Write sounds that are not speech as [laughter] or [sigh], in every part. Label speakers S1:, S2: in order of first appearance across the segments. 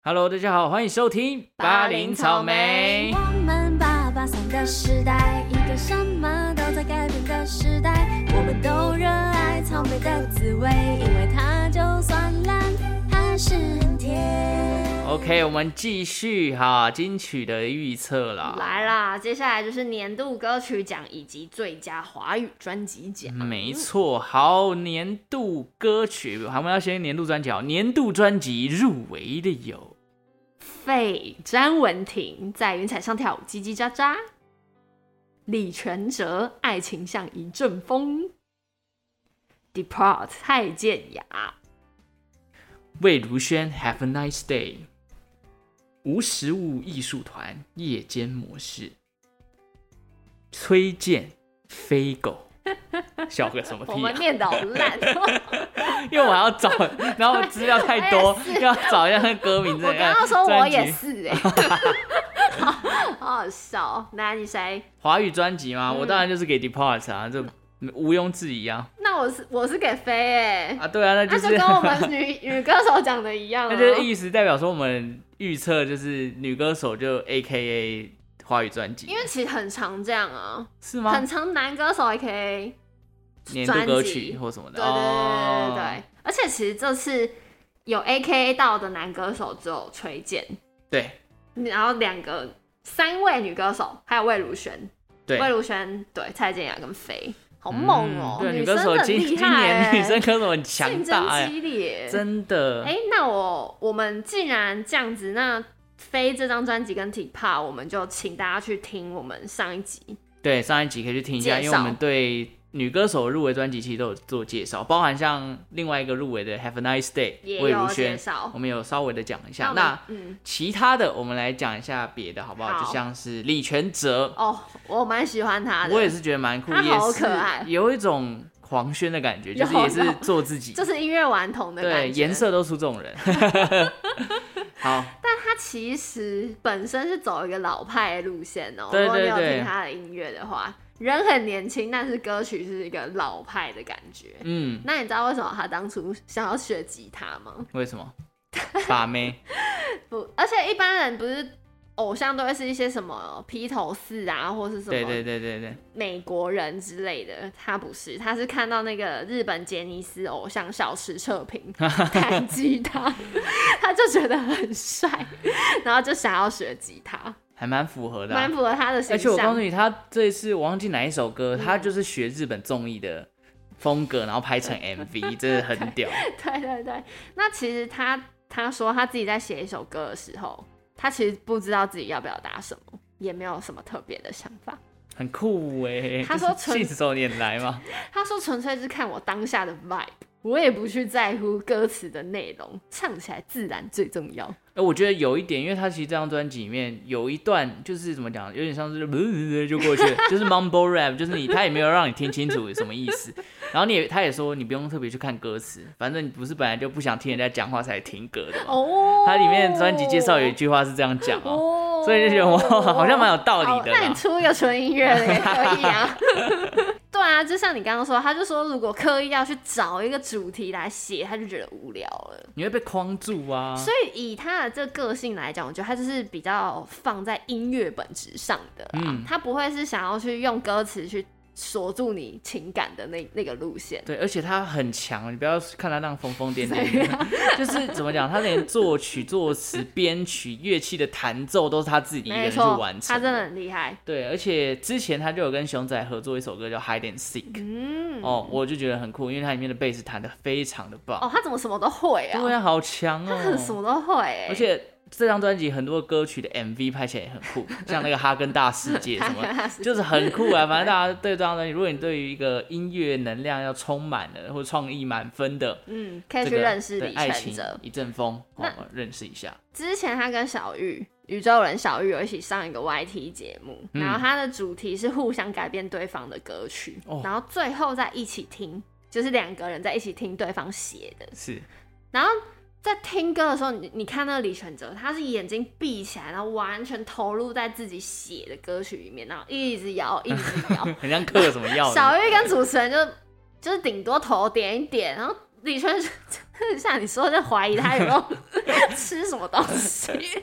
S1: Hello，大家好，欢迎收听
S2: 巴林草莓
S3: 我们八八三的时代，一个什么都在改变的时代。我们都热爱草莓的滋味，因为它就算烂，还是很甜。
S1: OK，我们继续哈金曲的预测啦。
S2: 来啦，接下来就是年度歌曲奖以及最佳华语专辑奖。
S1: 嗯没错，好，年度歌曲，我们要先年度专辑哦，年度专辑入围的有
S2: 费詹雯婷在云彩上跳舞，叽叽喳喳。李全哲《爱情像一阵风》，Depart 蔡健雅，
S1: 魏如萱《Have a Nice Day》，无实物艺术团《夜间模式》，崔健《飞
S2: [laughs]
S1: 狗》，笑个什么
S2: 我
S1: 屁
S2: 们
S1: 啊！
S2: 念的好
S1: [laughs]
S2: 烂， [laughs]
S1: 因为我要找，然后资料太多
S2: 我也，是
S1: 要找一下那歌名。
S2: 我刚刚说我也是哎、 [laughs] 好好笑。那你谁？
S1: 华语专辑
S2: 嗯
S1: 吗？我当然就是给 Depart 啊，这毋庸置疑啊
S2: 那我是我是给飞哎、
S1: 啊，对啊，那 [laughs] 就
S2: 那
S1: 是
S2: 就跟
S1: [laughs]
S2: 我们女 [laughs] 女歌手讲的一样、啊，
S1: 那就是意思代表说我们预测就是女歌手就 A K A 华语专辑，
S2: 因为其实很常这样啊，
S1: 是
S2: 很
S1: 吗？
S2: 常男歌手也可以，
S1: 年度歌曲哦或什么的，
S2: 对对对对对对，而且其实这次有 A K A 到的男歌手只有崔健，
S1: 对
S2: 然后两个三位女歌手，还有魏如萱，
S1: 哦对对，
S2: 魏如萱对蔡健雅跟飞，好猛哦、
S1: 嗯对，女
S2: 生
S1: 歌手
S2: 很
S1: 今
S2: 厉
S1: 今
S2: 害欸、
S1: 年女生歌手很强
S2: 竞
S1: 大
S2: 争
S1: 哎，
S2: 激烈，
S1: 真的
S2: 哎、那我我们既然这样子，那飞这张专辑跟 t i p a 我们就请大家去听我们上一集。
S1: 对，上一集可以去听一下，
S2: 介绍
S1: 因为我们对女歌手入围专辑其实都有做介绍，包含像另外一个入围的 Have a Nice Day
S2: 也
S1: 魏
S2: 有
S1: 如
S2: 介
S1: 萱
S2: 绍，
S1: 我们有稍微的讲一下。
S2: 我们
S1: 那
S2: 嗯，
S1: 其他的我们来讲一下别的好不好？
S2: 好
S1: 就像是李全哲，
S2: 哦，我蛮喜欢他的，
S1: 我也是觉得蛮酷，
S2: 他
S1: 也
S2: 好
S1: 是
S2: 可爱
S1: 有一种狂宣的感觉，
S2: 有
S1: 就是也是做自己，
S2: [laughs] 就是音乐顽童的
S1: 对
S2: 感觉。
S1: 颜，色都出这种人。 [laughs] 好，
S2: 但他其实本身是走一个老派的路线哦、
S1: 对对
S2: 如果你有
S1: 对
S2: 听他的音乐的话，人很年轻，但是歌曲是一个老派的感觉。
S1: 嗯，
S2: 那你知道为什么他当初想要学吉他吗？
S1: 为什么？把妹，
S2: 不，而且一般人不是偶像都会是一些什么披头士啊，或 [laughs] 是什
S1: 对对
S2: 么
S1: 对对对，
S2: 美国人之类的，他不是，他是看到那个日本杰尼斯偶像小池彻
S1: [laughs]
S2: 平弹吉他， [laughs] 他就觉得很帅，然后就想要学吉他，
S1: 还蛮符合的啊、
S2: 蛮符合他的
S1: 而
S2: 形
S1: 且我告诉
S2: 象。
S1: 你，他这一次我忘记哪一首歌，他就是学日本综艺的风格，然后拍成 MV，真的很
S2: [laughs]
S1: 屌。
S2: [laughs] 对对对，那其实他他说他自己在写一首歌的时候，他其实不知道自己要表达什么，也没有什么特别的想法。
S1: 很酷哎、[laughs]
S2: 他说纯
S1: 信手拈来嘛，
S2: 他说纯粹是看我当下的 vibe，我也不去在乎歌词的内容，唱起来自然最重要。
S1: 哎、我觉得有一点，因为他其实这张专辑里面有一段就是怎么讲，有点像是呃就过去了， [laughs] 就是 mumble rap，就是你他也没有让你听清楚什么意思，然后你也他也说你不用特别去看歌词，反正你不是本来就不想听人家讲话才听歌的嘛。
S2: 哦
S1: 它里面专辑介绍有一句话是这样讲哦，
S2: 哦
S1: 所以就觉得哇，好像蛮有道理的
S2: 好那你
S1: 啦。
S2: 出一个纯音乐的也可
S1: [laughs]
S2: 以啊。对啊，就像你刚刚说，他就说如果刻意要去找一个主题来写，他就觉得无聊了。
S1: 你会被框住啊，
S2: 所以以他的这个个性来讲，我觉得他就是比较放在音乐本质上的啦，
S1: 嗯
S2: 他不会是想要去用歌词去锁住你情感的那那个路线。
S1: 对，而且他很强，你不要看他那样疯疯癫癫
S2: 啊
S1: 的， [laughs] 就是怎么讲，他连作曲、作词、编曲、乐器的弹奏都是他自己一个
S2: 没
S1: 人去
S2: 错，
S1: 完成。
S2: 他真的很厉害。
S1: 对，而且之前他就有跟熊仔合作一首歌叫《Hide and Seek》，
S2: 嗯，
S1: 哦，我就觉得很酷，因为它里面的贝斯弹的非常的棒，
S2: 哦，他怎么什么都会啊？
S1: 对啊，好强
S2: 他很
S1: 哦，
S2: 什么都会、欸，
S1: 而且这张专辑很多歌曲的 MV 拍起来也很酷，像那个《哈根达世界》什么。
S2: 他是
S1: 就是很酷啊！反正大家对这张专辑，如果你对于一个音乐能量要充满了，或创意满分的，
S2: 嗯，可以
S1: 这
S2: 去
S1: 个
S2: 认识
S1: 对
S2: 李
S1: 爱
S2: 全
S1: 情
S2: 哲。
S1: 一阵风，
S2: 那
S1: 哦，认识一下。
S2: 之前他跟小玉宇宙人小玉有一起上一个 YT 节目，
S1: 嗯
S2: 然后他的主题是互相改变对方的歌曲，
S1: 哦
S2: 然后最后再一起听，就是两个人在一起听对方写的。
S1: 是，
S2: 然后在听歌的时候，你你看那个李全哲，他是眼睛闭起来，然后完全投入在自己写的歌曲里面，然后一直摇，一直摇，
S1: 很像
S2: [laughs]
S1: 嗑什么药的。
S2: 小玉跟主持人就就是顶多头点一点，然后李春 [laughs] 像你说，就怀疑他有没有 [laughs] 吃什么东西， [laughs]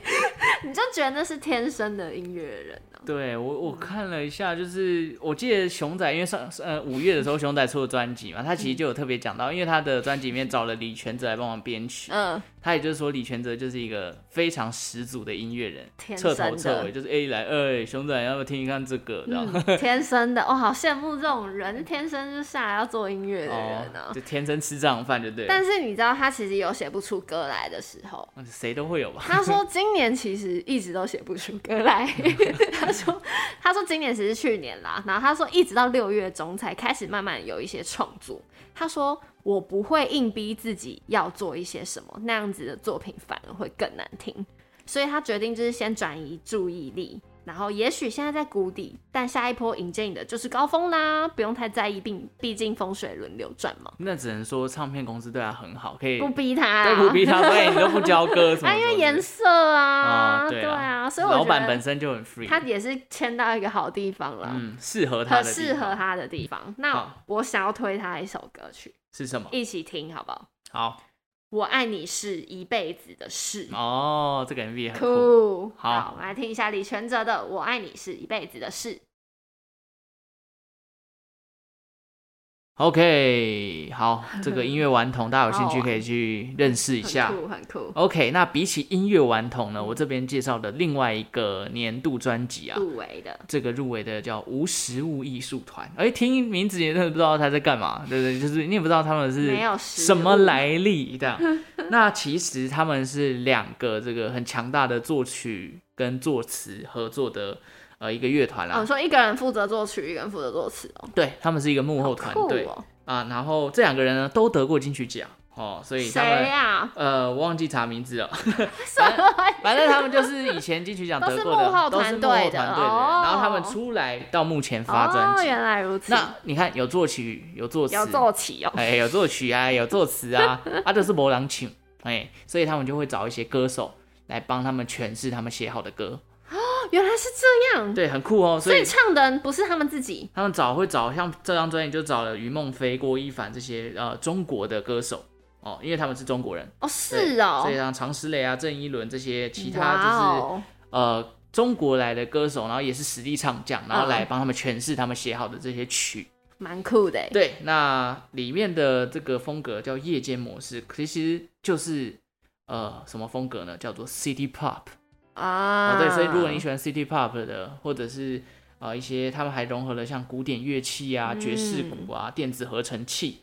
S2: 你就觉得那是天生的音乐人哦、
S1: 对我我看了一下，就是我记得熊仔，因为上呃五月的时候熊仔出了专辑嘛，他
S2: 嗯
S1: 其实就有特别讲到，因为他的专辑里面找了李全哲来帮忙编曲，
S2: 嗯，
S1: 他也就是说李全哲就是一个非常十足的音乐人，
S2: 天
S1: 彻
S2: 生
S1: 头
S2: 的
S1: 彻尾就是哎、来哎、熊仔要不要听一看这个，然 [laughs] 后、
S2: 嗯天生的，我、好羡慕这种人，天生就下来要做音乐的人呢、
S1: 哦就天生吃这样饭就对了，
S2: 啊但是你知道，他其实有写不出歌来的时候。
S1: 嗯谁都会有吧，
S2: 他说今年其实一直都写不出歌来。 [laughs] 他说，他说今年其实是去年啦，然后他说一直到六月中才开始慢慢有一些创作。他说我不会硬逼自己要做一些什么，那样子的作品反而会更难听，所以他决定就是先转移注意力。然后，也许现在在谷底，但下一波迎接你的就是高峰啦，不用太在意，并毕竟风水轮流转嘛，
S1: 那只能说唱片公司对他很好，可以
S2: 不逼他、啊，
S1: 对不逼他，哎对你都不教歌什么什么
S2: [laughs] 啊，
S1: 的，
S2: 因为颜色啊，
S1: 啊
S2: 对
S1: 对啊
S2: 所以我
S1: 老
S2: 觉
S1: 板
S2: 得
S1: 本身就很 free，
S2: 他也是签到一个好地方了，
S1: 嗯适合他
S2: 很
S1: 的地
S2: 适合
S1: 方
S2: 他的地方。那
S1: 好
S2: 我想要推他一首歌曲，
S1: 是什么？
S2: 一起听好不好？
S1: 好
S2: 我爱你是一辈子的事，
S1: 哦，这个 MV 也很酷。
S2: 酷。
S1: 好
S2: 我们来听一下李全哲的《我爱你是一辈子的事》。
S1: OK，好，这个音乐顽童，大家有兴趣可以去认识一下哦
S2: 很。酷，很酷。
S1: OK，那比起音乐顽童呢，我这边介绍的另外一个年度专辑啊，
S2: 入围的，
S1: 这个入围的叫无实物艺术团。哎，听名字也真的不知道他在干嘛，对不对？就是你也不知道他们是
S2: 没有实物
S1: 什么来历这样。 [laughs] 那其实他们是两个这个很强大的作曲跟作词合作的呃一个乐团啦。
S2: 哦，你说一个人负责作曲，一个人负责作词哦，
S1: 对，他们是一个幕后团
S2: 酷
S1: 队。
S2: 哦。
S1: 啊，然后这两个人呢都得过金曲奖哦，所以他
S2: 谁啊
S1: 们、 [laughs]
S2: 呀？
S1: 呃，我忘记查名字了，
S2: 什么？
S1: 反正他们就是以前金曲奖
S2: 都是
S1: 得过的，
S2: 幕后
S1: 都是
S2: 团
S1: 幕后团队
S2: 队的
S1: 的人，然后他们
S2: 哦
S1: 出来到目前发专
S2: 哦，
S1: 辑。
S2: 原来如此。
S1: 那你看，有作曲，有作词，
S2: 要做起哦，
S1: 哎，有作曲啊，有作词啊，啊，这是博朗请，哎，所以他们就会找一些歌手来帮他们诠释他们写好的歌，
S2: 哦原来是这样。
S1: 对，很酷哦。
S2: 所
S1: 所以
S2: 以唱的人不是他们自己，
S1: 他们找会找像这张专辑就找了于梦飞、郭一凡这些呃中国的歌手哦，因为他们是中国人，
S2: 哦，是哦，
S1: 所以像常石磊啊、郑一伦这些其他就是、
S2: 哇哦
S1: 呃中国来的歌手，然后也是实力唱将，然后来帮他们诠释他们写好的这些曲。
S2: 蛮酷的耶，欸
S1: 对，那里面的这个风格叫夜间模式，其实就是呃什么风格呢？叫做 City Pop。
S2: 啊、
S1: 哦，对，所以如果你喜欢 City Pop 的，或者是呃一些他们还融合了像古典乐器啊、爵士鼓啊、电子合成器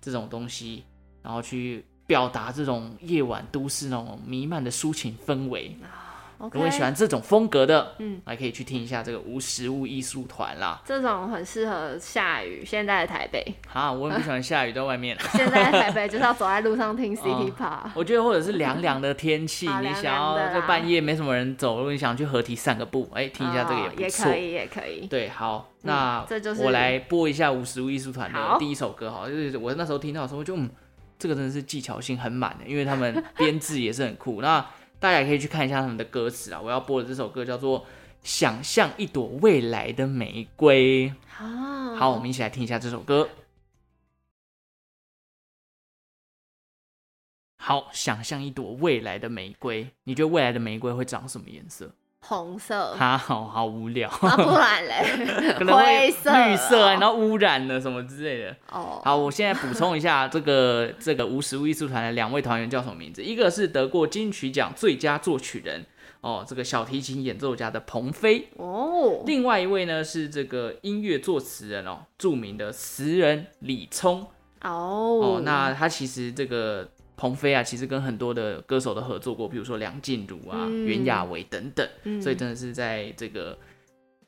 S1: 这种东西，然后去表达这种夜晚都市那种弥漫的抒情氛围。
S2: OK
S1: 如果你喜欢这种风格的，
S2: 嗯
S1: 嗯，还可以去听一下这个无实物艺术团啦。
S2: 这种很适合下雨，现在的
S1: [laughs]
S2: 台北，
S1: 啊，我很不喜欢下雨，在外
S2: [laughs]
S1: 面。
S2: 现在的台北就是要走在路上听 City
S1: 哦
S2: Pop，、
S1: 我觉得或者是凉凉的天气，
S2: 啊
S1: 你想
S2: 凉凉的
S1: 要就
S2: 啦
S1: 半夜没什么人走，如果你想去河堤散个步，哎，听一下这个
S2: 哦
S1: 不
S2: 也
S1: 错。
S2: 可以，也可以，
S1: 对，好，那、
S2: 这就是
S1: 我来播一下五十五艺术团
S2: 好
S1: 的第一首歌，好了，就是我那时候听到的时候就，嗯，这个真的是技巧性很满的，因为他
S2: [laughs]
S1: 们编制也是很酷。那大家也可以去看一下他们的歌词啊，我要播的这首歌叫做《想象一朵未来的玫瑰》。
S2: 啊，
S1: 好，我们一起来听一下这首歌。好，想象一朵未来的玫瑰，你觉得未来的玫瑰会长什么颜色？
S2: 红色，
S1: 哈，好好无聊。
S2: 呃啊，不然嘞，
S1: [laughs] 可能会
S2: 灰色、
S1: 绿色啊，然后污染了什么之类的。
S2: 哦，
S1: 好，我现在补充一下，这个 [laughs] 这个无实物艺术团的两位团员叫什么名字？一个是得过金曲奖最佳作曲人哦，这个小提琴演奏家的彭飞；
S2: 哦，
S1: 另外一位呢是这个音乐作词人哦，著名的词人李聪
S2: 哦，
S1: 哦。那他其实这个彭飞啊，其实跟很多的歌手都合作过，比如说梁静茹啊、
S2: 嗯
S1: 袁娅维等等。
S2: 嗯
S1: 所以真的是在这个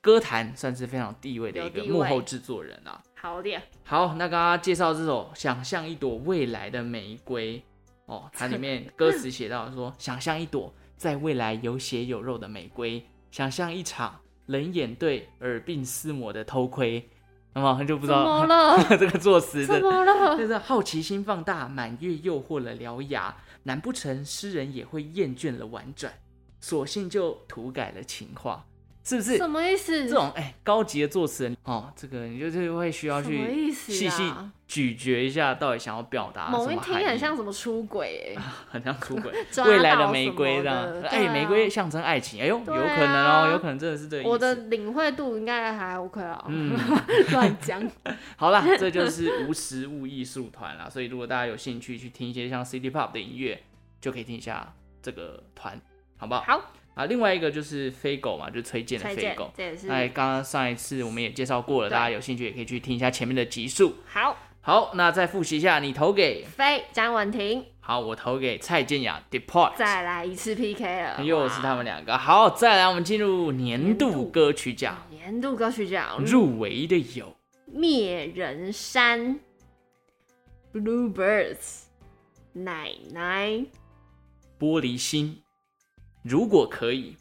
S1: 歌坛算是非常有地位的
S2: 有
S1: 一个
S2: 地位
S1: 幕后制作人啊。
S2: 好的，
S1: 好，那刚刚介绍这首《想象一朵未来的玫瑰》
S2: [laughs]
S1: 哦，它里面歌词写到说：想象一朵在未来有血有肉的玫瑰，想象一场冷眼对耳鬓厮磨的偷窥。那么就不
S2: 怎
S1: 知道
S2: 么
S1: [laughs]
S2: 了？
S1: 这个作词
S2: 怎
S1: 的
S2: 么了？
S1: [laughs] 就是好奇心放大，满月诱惑了獠牙，难不成诗人也会厌倦了婉转，索性就涂改了情话，是不是？
S2: 什么意思？
S1: 这种哎、高级的作词人哦，这个你就是会需要
S2: 什么意
S1: 去
S2: 思
S1: 细细
S2: 啊
S1: 咀嚼一下，到底想要表达什
S2: 某一
S1: 么
S2: 听
S1: 含义。
S2: 很像什么出轨、欸，
S1: 很像出轨
S2: [laughs] 抓，
S1: 未来
S2: 到
S1: 的
S2: 什
S1: 玫瑰
S2: 么
S1: 这样
S2: 的。
S1: 哎、
S2: 对啊
S1: 玫瑰象征爱情，哎呦，有
S2: 对
S1: 可能
S2: 啊
S1: 哦，有可能真的是这个意思。
S2: 我的领会度应该还 OK 啦。
S1: 嗯，
S2: [laughs] 乱讲，
S1: 好啦， [laughs] 这就是无实物艺术团啦。所以如果大家有兴趣去听一些像 City Pop 的音乐，就可以听一下这个团，好不好？
S2: 好，
S1: 啊，另外一个就是飞狗嘛，就是崔健的
S2: 推
S1: 飞
S2: 荐
S1: 狗，。
S2: 这也是
S1: 哎，刚刚上一次我们也介绍过了，
S2: 对
S1: 大家有兴趣也可以去听一下前面的集数。
S2: 好。
S1: 好，那再复习一下，你投给
S2: 飞张婉婷，
S1: 好，我投给蔡健雅 Depart。
S2: 再来一次 PK 了，
S1: 哎又是他们两个。好，再来，我们进入年度歌曲奖
S2: 哇年度歌曲奖《
S1: 入围的有
S2: 灭人山》，Bluebirds，奶
S1: [laughs]
S2: 奶，
S1: 玻璃心，如果可以，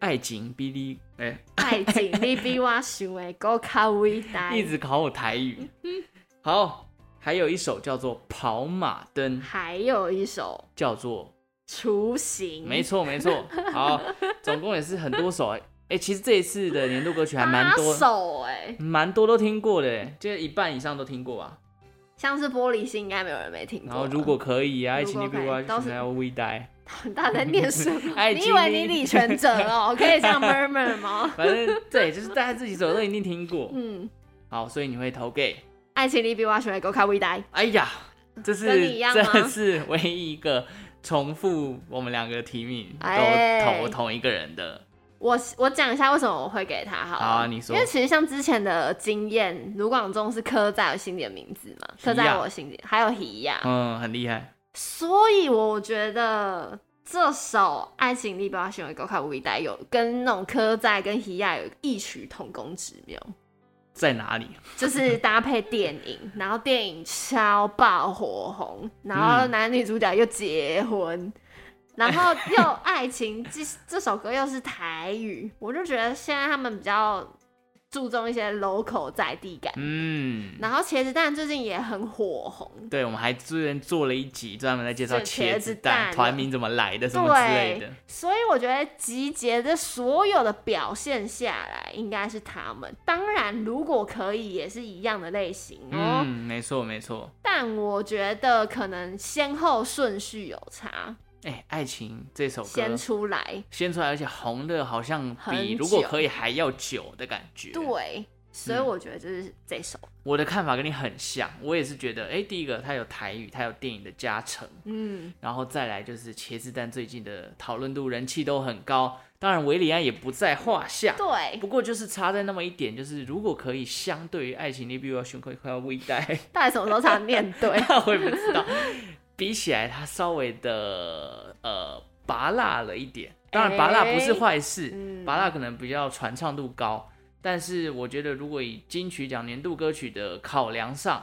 S1: 爱情哔哩，哎、
S2: 爱情你比我想的够卡伟
S1: [laughs]
S2: 大，
S1: 一直考我台语。
S2: 嗯
S1: 好，还有一首叫做《跑马灯》，
S2: 还有一首
S1: 叫做
S2: 《雏形》，
S1: 没错没
S2: [laughs]
S1: 错。好，总共也是很多首哎、哎其实这一次的年度歌曲还蛮
S2: 八
S1: 多，
S2: 首哎，
S1: 蛮多都听过的、哎就一半以上都听过吧。
S2: 像是玻璃心，应该没有人没听过。
S1: 然后如果可以啊，爱
S2: 如
S1: 情
S2: 果
S1: 你比
S2: 可以
S1: 我
S2: 都是
S1: 还要微呆。
S2: [laughs] 大家在念什么？
S1: [laughs] 爱
S2: 你以
S1: 情
S2: 为
S1: 你
S2: 你李全哲
S1: [laughs]
S2: 哦，可以这样 murmur 吗？
S1: 反正对，就是大家自己走都一定听过。
S2: 嗯，
S1: 好，所以你会投给？
S2: 爱情你比我想的够卡伟大，
S1: 哎呀，这是
S2: 跟你一样吗
S1: 这是唯一一个重复我们两个提名
S2: 哎
S1: 都投同一个人的。
S2: 我我讲一下为什么我会给他好了
S1: 好啊你说
S2: 因为其实像之前的经验，卢广仲是刻在我心底的名字嘛，刻在我心底，还有希亚，
S1: 嗯，很厉害。
S2: 所以我觉得这首《爱情力不要选为高考无一代》有跟那种刻在跟希亚有异曲同工之妙，
S1: 在哪里？
S2: 就是搭配电影，然后电影超爆火红，然后
S1: 嗯
S2: 男女主角又结婚。然后又爱情，这这首歌又是台语， [laughs] 我就觉得现在他们比较注重一些 local 在地感。
S1: 嗯，
S2: 然后茄子蛋最近也很火红，
S1: 对，我们还之前做了一集专门在介绍
S2: 这
S1: 茄
S2: 茄子
S1: 子
S2: 蛋
S1: 蛋
S2: 的
S1: 团名怎么来的什么之类
S2: 对
S1: 的。，
S2: 所以我觉得集结的所有的表现下来，应该是他们。当然，如果可以，也是一样的类型哦。
S1: 嗯，没错没错。
S2: 但我觉得可能先后顺序有差，
S1: 哎、爱情这首歌
S2: 先出来。
S1: 先出来，而且红的好像
S2: 很
S1: 比
S2: 久
S1: 如果可以还要久的感觉。
S2: 对，所以
S1: 嗯
S2: 我觉得就是这首。
S1: 我的看法跟你很像，我也是觉得，哎、第一个它有台语，它有电影的加成，
S2: 嗯，
S1: 然后再来就是茄子蛋最近的讨论度、人气都很高，当然维里安也不在话下。
S2: 对
S1: 不，过就是差在那么一点，就是如果可以，相对于爱情利比我胸口快要微带， [laughs]
S2: 到底什么时候才能面对？ [laughs]
S1: 我也不知道，比起来它稍微的呃拔辣了一点。当然，拔辣不是坏事，
S2: 嗯
S1: 拔辣可能比较传唱度高，但是我觉得如果以金曲奖年度歌曲的考量上，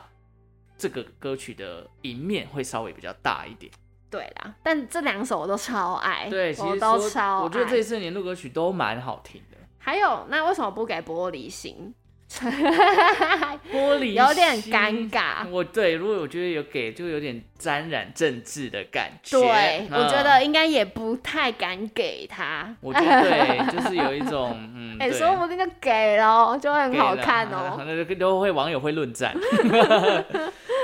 S1: 这个歌曲的赢面会稍微比较大一点。
S2: 对啦，但这两首我都超爱，
S1: 对，其
S2: 哎我
S1: 实
S2: 都
S1: 说
S2: 超爱。
S1: 我觉得这一次的年度歌曲都蛮好听的，
S2: 还有，那为什么不给玻
S1: [laughs]
S2: 璃心？
S1: 玻璃
S2: 有点
S1: 心
S2: 尴
S1: [laughs]
S2: 尬。
S1: 我对，如果我觉得有给，就有点沾染政治的感觉。
S2: 对，
S1: 嗯
S2: 我觉得应该也不太敢给他。
S1: 我觉得对，就是有一
S2: [laughs]
S1: 种嗯，
S2: 哎、
S1: 对
S2: 说不定就给了，就会很
S1: 给
S2: 好
S1: 了 [laughs]
S2: 看
S1: 啊
S2: 哦、
S1: 那就都会网友会论
S2: [laughs]
S1: 战。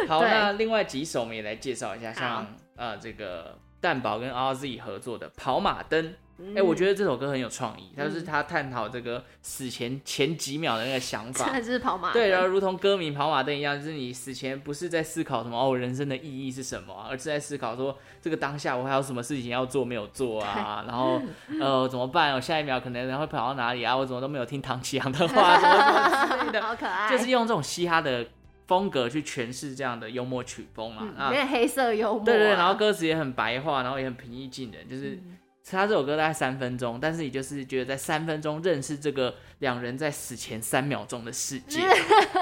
S1: 好，
S2: 对
S1: 那另外几首我们也来介绍一下，
S2: 好
S1: 像呃这个蛋宝跟 RZ 合作的《跑马灯》
S2: 嗯
S1: 哎，我觉得这首歌很有创意，它就是
S2: 嗯
S1: 他探讨这个死前前几秒的那个想
S2: 真
S1: 法
S2: 的。是跑马灯。
S1: 对，然后如同歌名《跑马灯》一样，就是你死前不是在思考什么哦，人生的意义是什么啊、而是在思考说这个当下我还有什么事情要做没有做啊，然
S2: [laughs]
S1: 后呃怎么办？我下一秒可能会跑到哪里啊？我怎么都没有听唐奇阳的话，什么什么之类的，
S2: [laughs] 好可爱，
S1: 就是用这种嘻哈的风格去诠释这样的幽默曲风啊。
S2: 嗯
S1: 那
S2: 有点黑色幽默啊、
S1: 对对对，然后歌词也很白话，然后也很平易近人，就是。
S2: 嗯
S1: 他这首歌大概三分钟，但是你就是觉得在三分钟认识这个两人在死前三秒钟的世
S2: [laughs]
S1: 界，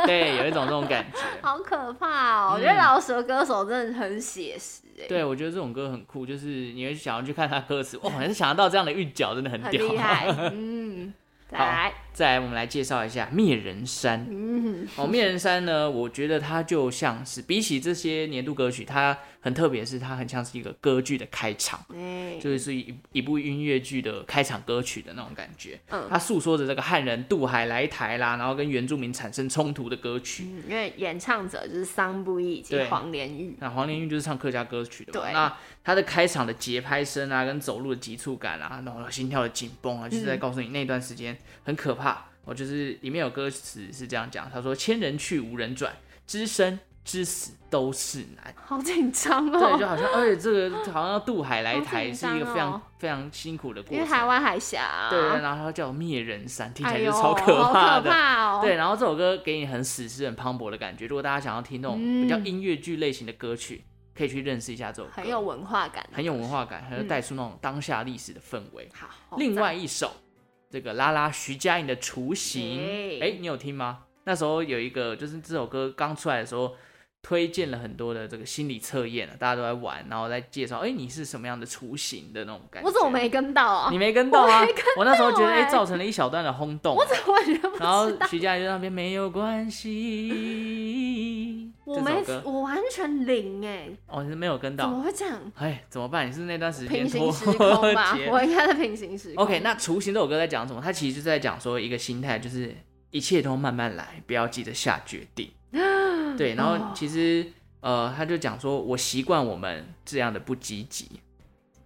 S1: 对，有一种这种感觉。
S2: 好可怕哦、我觉得老舌歌手真的很写实、
S1: 嗯
S2: 哎，
S1: 对，我觉得这种歌很酷，就是你会想要去看他歌词，哇，还是想得到这样的韵脚，真的很
S2: 很
S1: 屌。
S2: 厉害。嗯，再
S1: 好
S2: 来，
S1: [laughs] 再来，我们来介绍一下灭人山。
S2: 嗯，
S1: 哦，灭人山呢，我觉得它就像是比起这些年度歌曲，它很特别，是它很像是一个歌剧的开场，
S2: 哎、
S1: 就是一一部音乐剧的开场歌曲的那种感觉。
S2: 嗯
S1: 它诉说着这个汉人渡海来台啦，然后跟原住民产生冲突的歌曲。
S2: 嗯因为演唱者就是桑布伊以及
S1: 对
S2: 黄连玉，
S1: 那黄连玉就是唱客家歌曲的嘛，
S2: 对
S1: 那他的开场的节拍声啊，跟走路的急促感啊，然后心跳的紧绷啊，
S2: 嗯
S1: 就是在告诉你那段时间很可怕。我、就是里面有歌词是这样讲，他说：“千人去无人转，知生知死都是难。
S2: 好紧张
S1: 对，就
S2: 哦，
S1: 好像，而且这个好像要渡海来台
S2: 好紧
S1: 是
S2: 张
S1: 一个非常、
S2: 哦
S1: 非常辛苦的过
S2: 因为
S1: 程。
S2: 台湾海峡、啊，
S1: 对，然后他叫灭人山，听起
S2: 哎
S1: 来
S2: 呦，
S1: 就
S2: 好
S1: 超
S2: 可
S1: 怕的。
S2: 怕哦，
S1: 对，然后这首歌给你很史诗、很磅礴的感觉。如果大家想要听那种比较
S2: 嗯
S1: 音乐剧类型的歌曲，可以去认识一下这首歌，
S2: 很有文化感，
S1: 很有文化感，还有带出那种当下历史的氛围。
S2: 好。
S1: 另
S2: 赞哦
S1: 外一首，这个拉拉徐佳莹的《雏形》，
S2: 哎
S1: 哎、你有听吗？那时候有一个，就是这首歌刚出来的时候，推荐了很多的这个心理测验啊，大家都在玩，然后在介绍，哎、你是什么样的雏形的那种感觉。
S2: 我怎么没跟到啊
S1: 你？没跟到啊？
S2: 我
S1: 我
S2: 没跟
S1: 那时候觉得，
S2: 到
S1: 哎、
S2: 哎
S1: 造成了一小段的轰动。啊
S2: 我怎么完全不知
S1: 然后
S2: 道？
S1: 徐佳莹就在那边没有关系，
S2: 我
S1: 这首，
S2: 没
S1: 歌
S2: 我完全零哎，
S1: 哦，你是没有跟
S2: 怎么
S1: 到，
S2: 会这样？
S1: 哎，怎么办？你是不是那段时间
S2: 平
S1: 脱
S2: 行时空
S1: [laughs]
S2: 吧
S1: 节，
S2: 我应该在平行时空。
S1: OK，那《雏形》这首歌在讲什么？它其实就在讲说一个心态，就是一切都慢慢来，不要急着下决定。对，然后其实、呃，他就讲说，我习惯我们这样的不积极。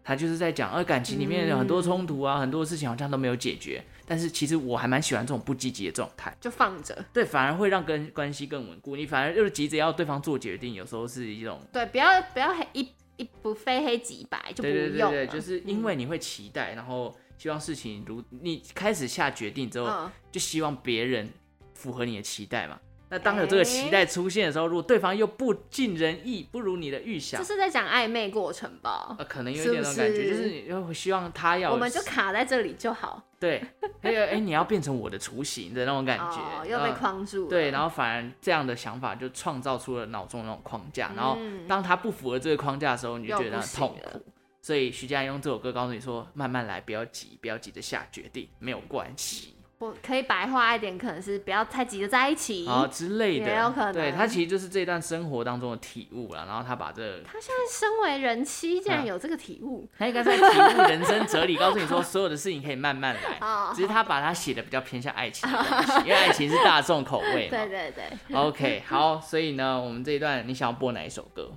S1: 他就是在讲，呃，感情里面有很多冲突啊，很多事情好像都没有解决，但是其实我还蛮喜欢这种不积极的状态。
S2: 就放着，
S1: 对，反而会让跟关系更稳固。你反而就是急着要对方做决定，有时候是一种
S2: 对，不要不要黑一一不非黑即白就不
S1: 对对对
S2: 用
S1: 对，
S2: 了，嗯
S1: 就是因为你会期待，然后希望事情如你开始下决定之后，
S2: 嗯
S1: 就希望别人符合你的期待嘛。那当有这个期待出现的时候，如果对方又不尽人意，不如你的预想
S2: 这，是在讲暧昧过程吧？
S1: 呃，可能有一点那种感觉，
S2: 是不是
S1: 就是你又希望他要
S2: 我们就卡在这里就好，
S1: 对，哎哎、你要变成我的雏形的那种感觉，
S2: 哦，又被
S1: 嗯
S2: 框住了。
S1: 对，然
S2: 后
S1: 后反而这样的想法就创造出了脑中那种框架，然后
S2: 嗯
S1: 当他不符合这个框架的时候，你就
S2: 又
S1: 觉得
S2: 不
S1: 很痛
S2: 行了
S1: 苦。所以徐佳莹用这首歌告诉你说，慢慢来，不要急，不要急着下决定，没有关系
S2: 我可以白话一点，可能是不要太急着在一起。
S1: 啊之类
S2: 也有可
S1: 的。
S2: 能
S1: 对，他其实就是这段生活当中的体悟了，然后他把这个，
S2: [laughs] 他现在身为人妻，竟然
S1: 嗯
S2: 有这个体悟，
S1: 他应该在体悟人生哲理，告诉你说，所有的事情可以慢慢来
S2: 哦。
S1: 只是他把它写的比较偏向爱情的东西，因为爱情是大众口味嘛。
S2: [laughs] 对对对，
S1: OK，好，所以呢，我们这一段你想要播哪一首歌？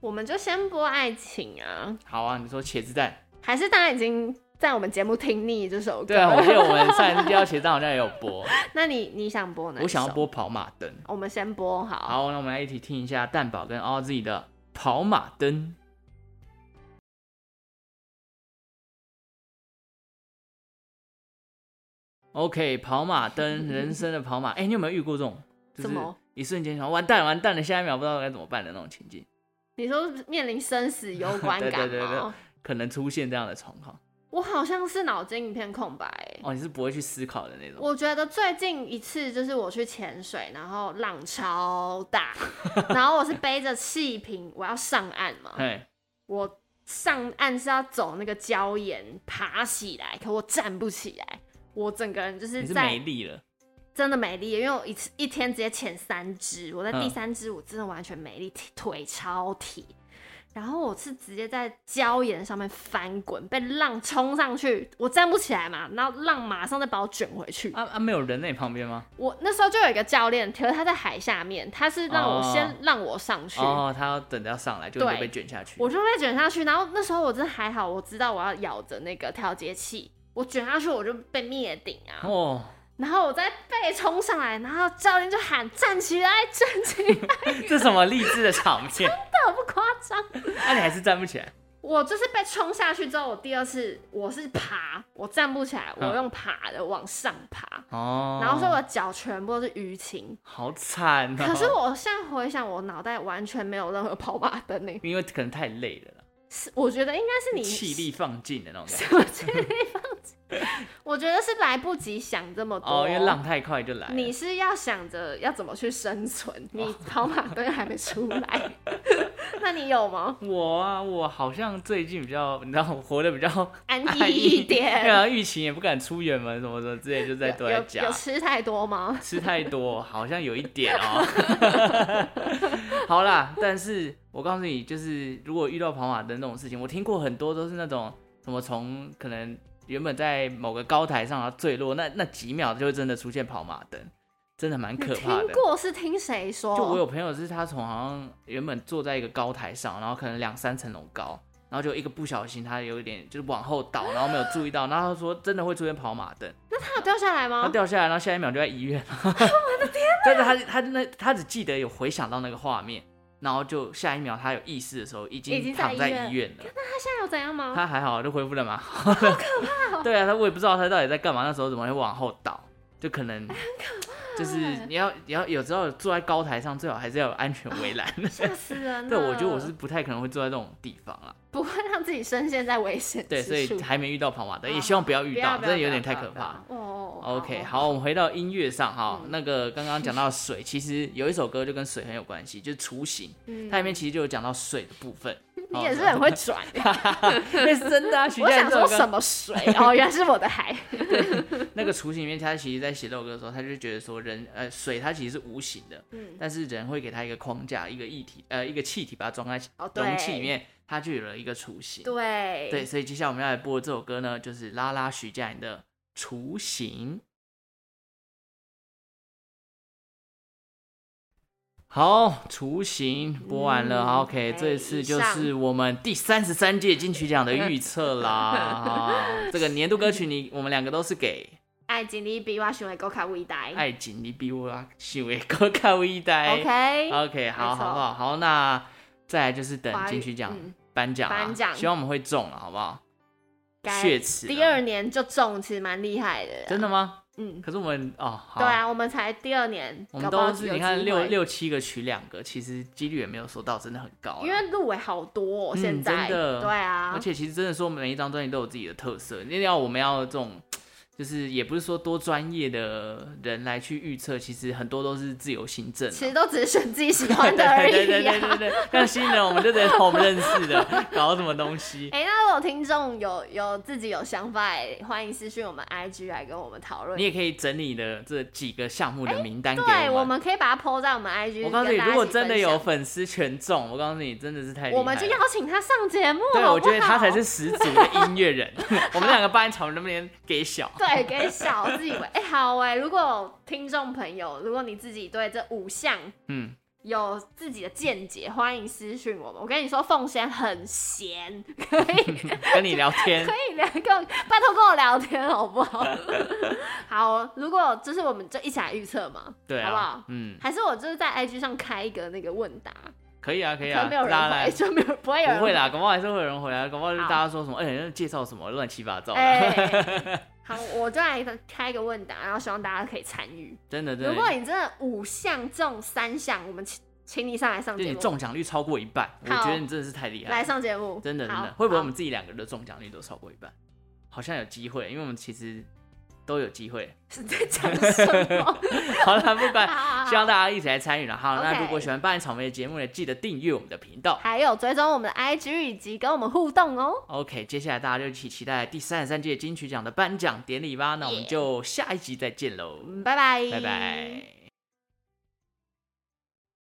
S2: 我们就先播爱情啊，
S1: 好啊，你说茄子蛋。
S2: 还是大家已经在我们节目听腻这首歌？
S1: 对啊，我记得我们上一次要茄蛋好像也有播，
S2: [laughs] 那你你想播哪？
S1: 我想要，播跑马灯。
S2: 我们先播好。
S1: 好，那我们来一起听一下蛋宝跟 RZ 的《跑马灯》。OK，跑马
S2: [laughs]
S1: 灯，人生的跑马。哎、你有没有遇过这种？就是
S2: 怎么
S1: 一瞬间想完蛋了完蛋了，下一秒不知道该怎么办的那种情境，
S2: 你说面临生死攸
S1: [laughs]
S2: 关
S1: 对
S2: 感哦
S1: 对
S2: 吗？
S1: 对对可能出现这样的状况。
S2: 我好像是脑筋一片空白欸。
S1: 哦，你是不会去思考的那种。
S2: 我觉得最近一次就是我去潜水，然后浪超
S1: [laughs]
S2: 大，然后我是背着气瓶，我要上岸嘛，
S1: 哎，
S2: 我上岸是要走那个礁岩爬起来，可我站不起来，我整个人就是
S1: 你是
S2: 在
S1: 没力了。
S2: 真的没力，因为我一次一天直接潜三只，我在第
S1: 嗯
S2: 三只我真的完全没力，腿腿超铁。然后我是直接在礁岩上面翻滚，被浪冲上去，我站不起来嘛，然后浪马上再把我卷回去。
S1: 啊啊，没有人在你旁边吗？
S2: 我那时候就有一个教练，可是他在海下面，他是让我
S1: 哦
S2: 先让我上去，
S1: 哦，他要等着要上来，就
S2: 对
S1: 会被卷下去。
S2: 我就被卷下去。然后那时候我真的还好，我知道我要咬着那个调节器，我卷下去我就被灭顶啊。
S1: 哦，
S2: 然后我再被冲上来，然后教练就喊站起来，站起来，
S1: [laughs] 这什么励志的场面？ [laughs]
S2: 我不夸张。
S1: 那、你还是站不起来？
S2: 我就是被冲下去之后，我第二次我是爬，我站不起来，
S1: 嗯
S2: 我用爬的往上爬，
S1: 哦，
S2: 然后所以我的脚全部都是淤青。
S1: 好惨哦。
S2: 可是我现在回想，我脑袋完全没有任何跑马灯呢。
S1: 因为可能太累了啦，
S2: 是，我觉得应该是你
S1: 气力放尽的那种感觉。
S2: 什么气力放弃 [laughs] 我觉得是来不及想这么多。
S1: 哦，因为浪太快就来了。[laughs]
S2: 你是要想着要怎么去生存，你跑马灯还没出来，那你有吗？
S1: 我啊，我好像最近比较，你知道，我活得比较
S2: 安
S1: 安
S2: 逸 [laughs] 一
S1: 逸 [laughs] 对
S2: 点。
S1: 啊，疫情也不敢出远门什么的之类，就在都
S2: 有
S1: 在
S2: 有
S1: 家
S2: 有。吃太多吗？
S1: 吃太多，好像有一点哦。
S2: [laughs]
S1: 好啦，但是我告诉你，就是如果遇到跑马灯那种事情，我听过很多都是那种什么从可能原本在某个高台上然后坠落，那那几秒就会真的出现跑马灯，真的蛮可怕
S2: 听
S1: 的。
S2: 过是听谁说？
S1: 就我有朋友是他从好像原本坐在一个高台上，然后可能两三层楼高，然后就一个不小心他有一点就是往后倒，然后没有注意到，然后他说真的会出现跑马灯。
S2: 他有掉下来
S1: 他
S2: 吗？
S1: 掉下来，然后下一秒就在医 [laughs] 院。我的天！但是啊他他那他只记得有回想到那个画面，然后就下一秒他有意识的时候，已
S2: 已经
S1: 经
S2: 在
S1: 躺在
S2: 医院
S1: 医院了。
S2: 他现在有怎样吗？
S1: 他还好，就恢复的蛮好的。好可怕、 [laughs] 对啊，他我也不知道他到底在干嘛，那时候怎么会往后倒，就可哎能很可怕。欸就是你要你要有时候坐在高台上，最好还是要有安全围栏。
S2: 吓死人了！
S1: [laughs] 对，我觉得我是不太可能会坐在这种地方啦。
S2: 不会让自己深陷在危险
S1: 对，
S2: 之
S1: 所以
S2: 处
S1: 还没遇到跑马灯，
S2: 好
S1: 也希望啊不要
S2: 不
S1: 遇
S2: 要
S1: 到，
S2: 不
S1: 真
S2: 要
S1: 的有
S2: 不
S1: 点
S2: 要
S1: 太
S2: 不要
S1: 可
S2: 不
S1: 怕
S2: 要
S1: 了。
S2: 哦哦
S1: [laughs] OK，好，我们回到音乐上哈。
S2: 嗯
S1: 那个刚刚讲到水，其实有一首歌就跟水很有关系，就是《雏形》，
S2: 嗯
S1: 它里面其实就有讲到水的部分。哦
S2: 你也是
S1: [laughs]
S2: 很会转耶。
S1: 那是真的啊，徐
S2: [laughs] 我
S1: 佳莹
S2: 想
S1: 这首
S2: 说什
S1: 歌。
S2: 么水？哦，原来是我
S1: [laughs]
S2: 的海。
S1: 那个《雏形》里面，他其实在写这首歌的时候，他就觉得说人呃水它其实是无形的，
S2: 嗯，
S1: 但是人会给它一个框架，一个液体呃一个气体，把它装在
S2: 哦对
S1: 容器里面，它就有了一个雏形。
S2: 对
S1: 对，，所以接下来我们要来播的这首歌呢，就是拉拉徐佳莹的《雏形》。好，雏形播完了、
S2: 嗯
S1: o k
S2: 哎
S1: 这次
S2: 以
S1: 就
S2: 上
S1: 是我们第三十三届金曲奖的预测啦。
S2: [laughs]
S1: 啊这个年度歌曲你，我们两个都是给
S2: 爱锦鲤比我想的高卡未
S1: 《
S2: 大。
S1: 爱情你比我想的更靠微带》。
S2: OK，
S1: OK，
S2: 没
S1: 哎好，
S2: 错
S1: 好不好？好，那再来就是等
S2: 华语
S1: 金曲奖
S2: 嗯
S1: 颁奖啦，
S2: 颁奖
S1: 希望我们会中了，好不好？
S2: 该
S1: 血池
S2: 第
S1: 了
S2: 二年就中，其实蛮厉害的。
S1: 啊真的？吗？
S2: 嗯，
S1: 可是我们哦，好
S2: 对，啊，我们才第二年，
S1: 我们
S2: 搞不好
S1: 都是
S2: 有
S1: 你看
S2: 机
S1: 六
S2: 会，
S1: 六七个取两个，其实几率也没有说到真的很高啦，
S2: 因为入围好多哦，
S1: 嗯
S2: 现在
S1: 真的
S2: 对啊，
S1: 而且其实真的说每一张专辑都有自己的特色，那要我们要这种。就是也不是说多专业的人来去预测，其实很多都是自由行政啊、
S2: 其实都只是选自己喜
S1: 对
S2: 欢 [laughs] 的而
S1: 对对对
S2: 已
S1: 对
S2: 啊。
S1: 对对，像新人我们就得我们认识的，搞什么东西？
S2: 哎、那如果听众有有自己有想法，欢迎私讯我们 IG 来跟我们讨论
S1: 你。也可以整理的这几个项目的名单给
S2: 对，
S1: 我
S2: 我。们可以把它 PO 在我们 IG
S1: 我
S2: 跟
S1: 告
S2: 大
S1: 诉你，
S2: 家一起分享。
S1: 如果真的有粉丝全中，我告诉你，真的是太厉害了。
S2: 我们就邀请他上节目，
S1: [laughs] 对，
S2: 好
S1: 我
S2: 不
S1: 觉得他才
S2: 好
S1: 是十足的音乐
S2: [laughs]
S1: 人。 [laughs] 我们两个班吵那边给小，
S2: 对，给小自以为。哎、好哎、如果听众朋友，如果你自己对这五项
S1: 嗯，
S2: 有自己的见解，欢迎私讯我们。我跟你说，凤仙很闲，可以
S1: 跟你聊天
S2: 可。以 [laughs] 聊，跟我拜托跟我聊天好不好？ [laughs] 好，如果就是我们就一起来预测嘛，
S1: [laughs] 对
S2: 好不
S1: 啊
S2: 好，？
S1: 嗯，
S2: 还是我就是在 IG 上开一个那个问答，
S1: 可以啊，可以
S2: 可
S1: 啊，
S2: 能没有
S1: 大家
S2: 人回，
S1: 来。
S2: 就没有不会有
S1: [laughs]
S2: 人
S1: 不会啦，搞不好还是会有人回来，搞不好就
S2: 好
S1: 大家说什么，哎、那介绍什么乱七八糟的，
S2: 哎、 [laughs] 好，我就来开一个问答，然后希望大家可以参与。
S1: [laughs] 真的真
S2: 如果
S1: 的，
S2: 你真的五项中三项，我们请请你上来上
S1: 就
S2: 节
S1: 你
S2: 目，
S1: 中奖率超过一半，我
S2: 好
S1: 觉得你真的是太厉害
S2: 来
S1: 了，
S2: 上节目，
S1: 真的真
S2: 好
S1: 的，会不会我
S2: 好
S1: 们自己两个的中奖率都超过一半？好像有机会，因为我们其实都有机会。 [laughs]
S2: 是 [laughs] 在讲什么？ [laughs]
S1: 好了，不管，
S2: 好
S1: 希望大家一起来参与了。好，那
S2: OK
S1: 如果喜欢八年草莓的节目呢，记得订阅我们的频道。
S2: 还有追踪我们的 IG 以及跟我们互动哦，
S1: OK，接下来大家就一起期待第三十三届金曲奖的颁奖典礼吧。那我们
S2: Yeah
S1: 就下一集再见喽，
S2: 嗯，拜拜，
S1: 拜拜。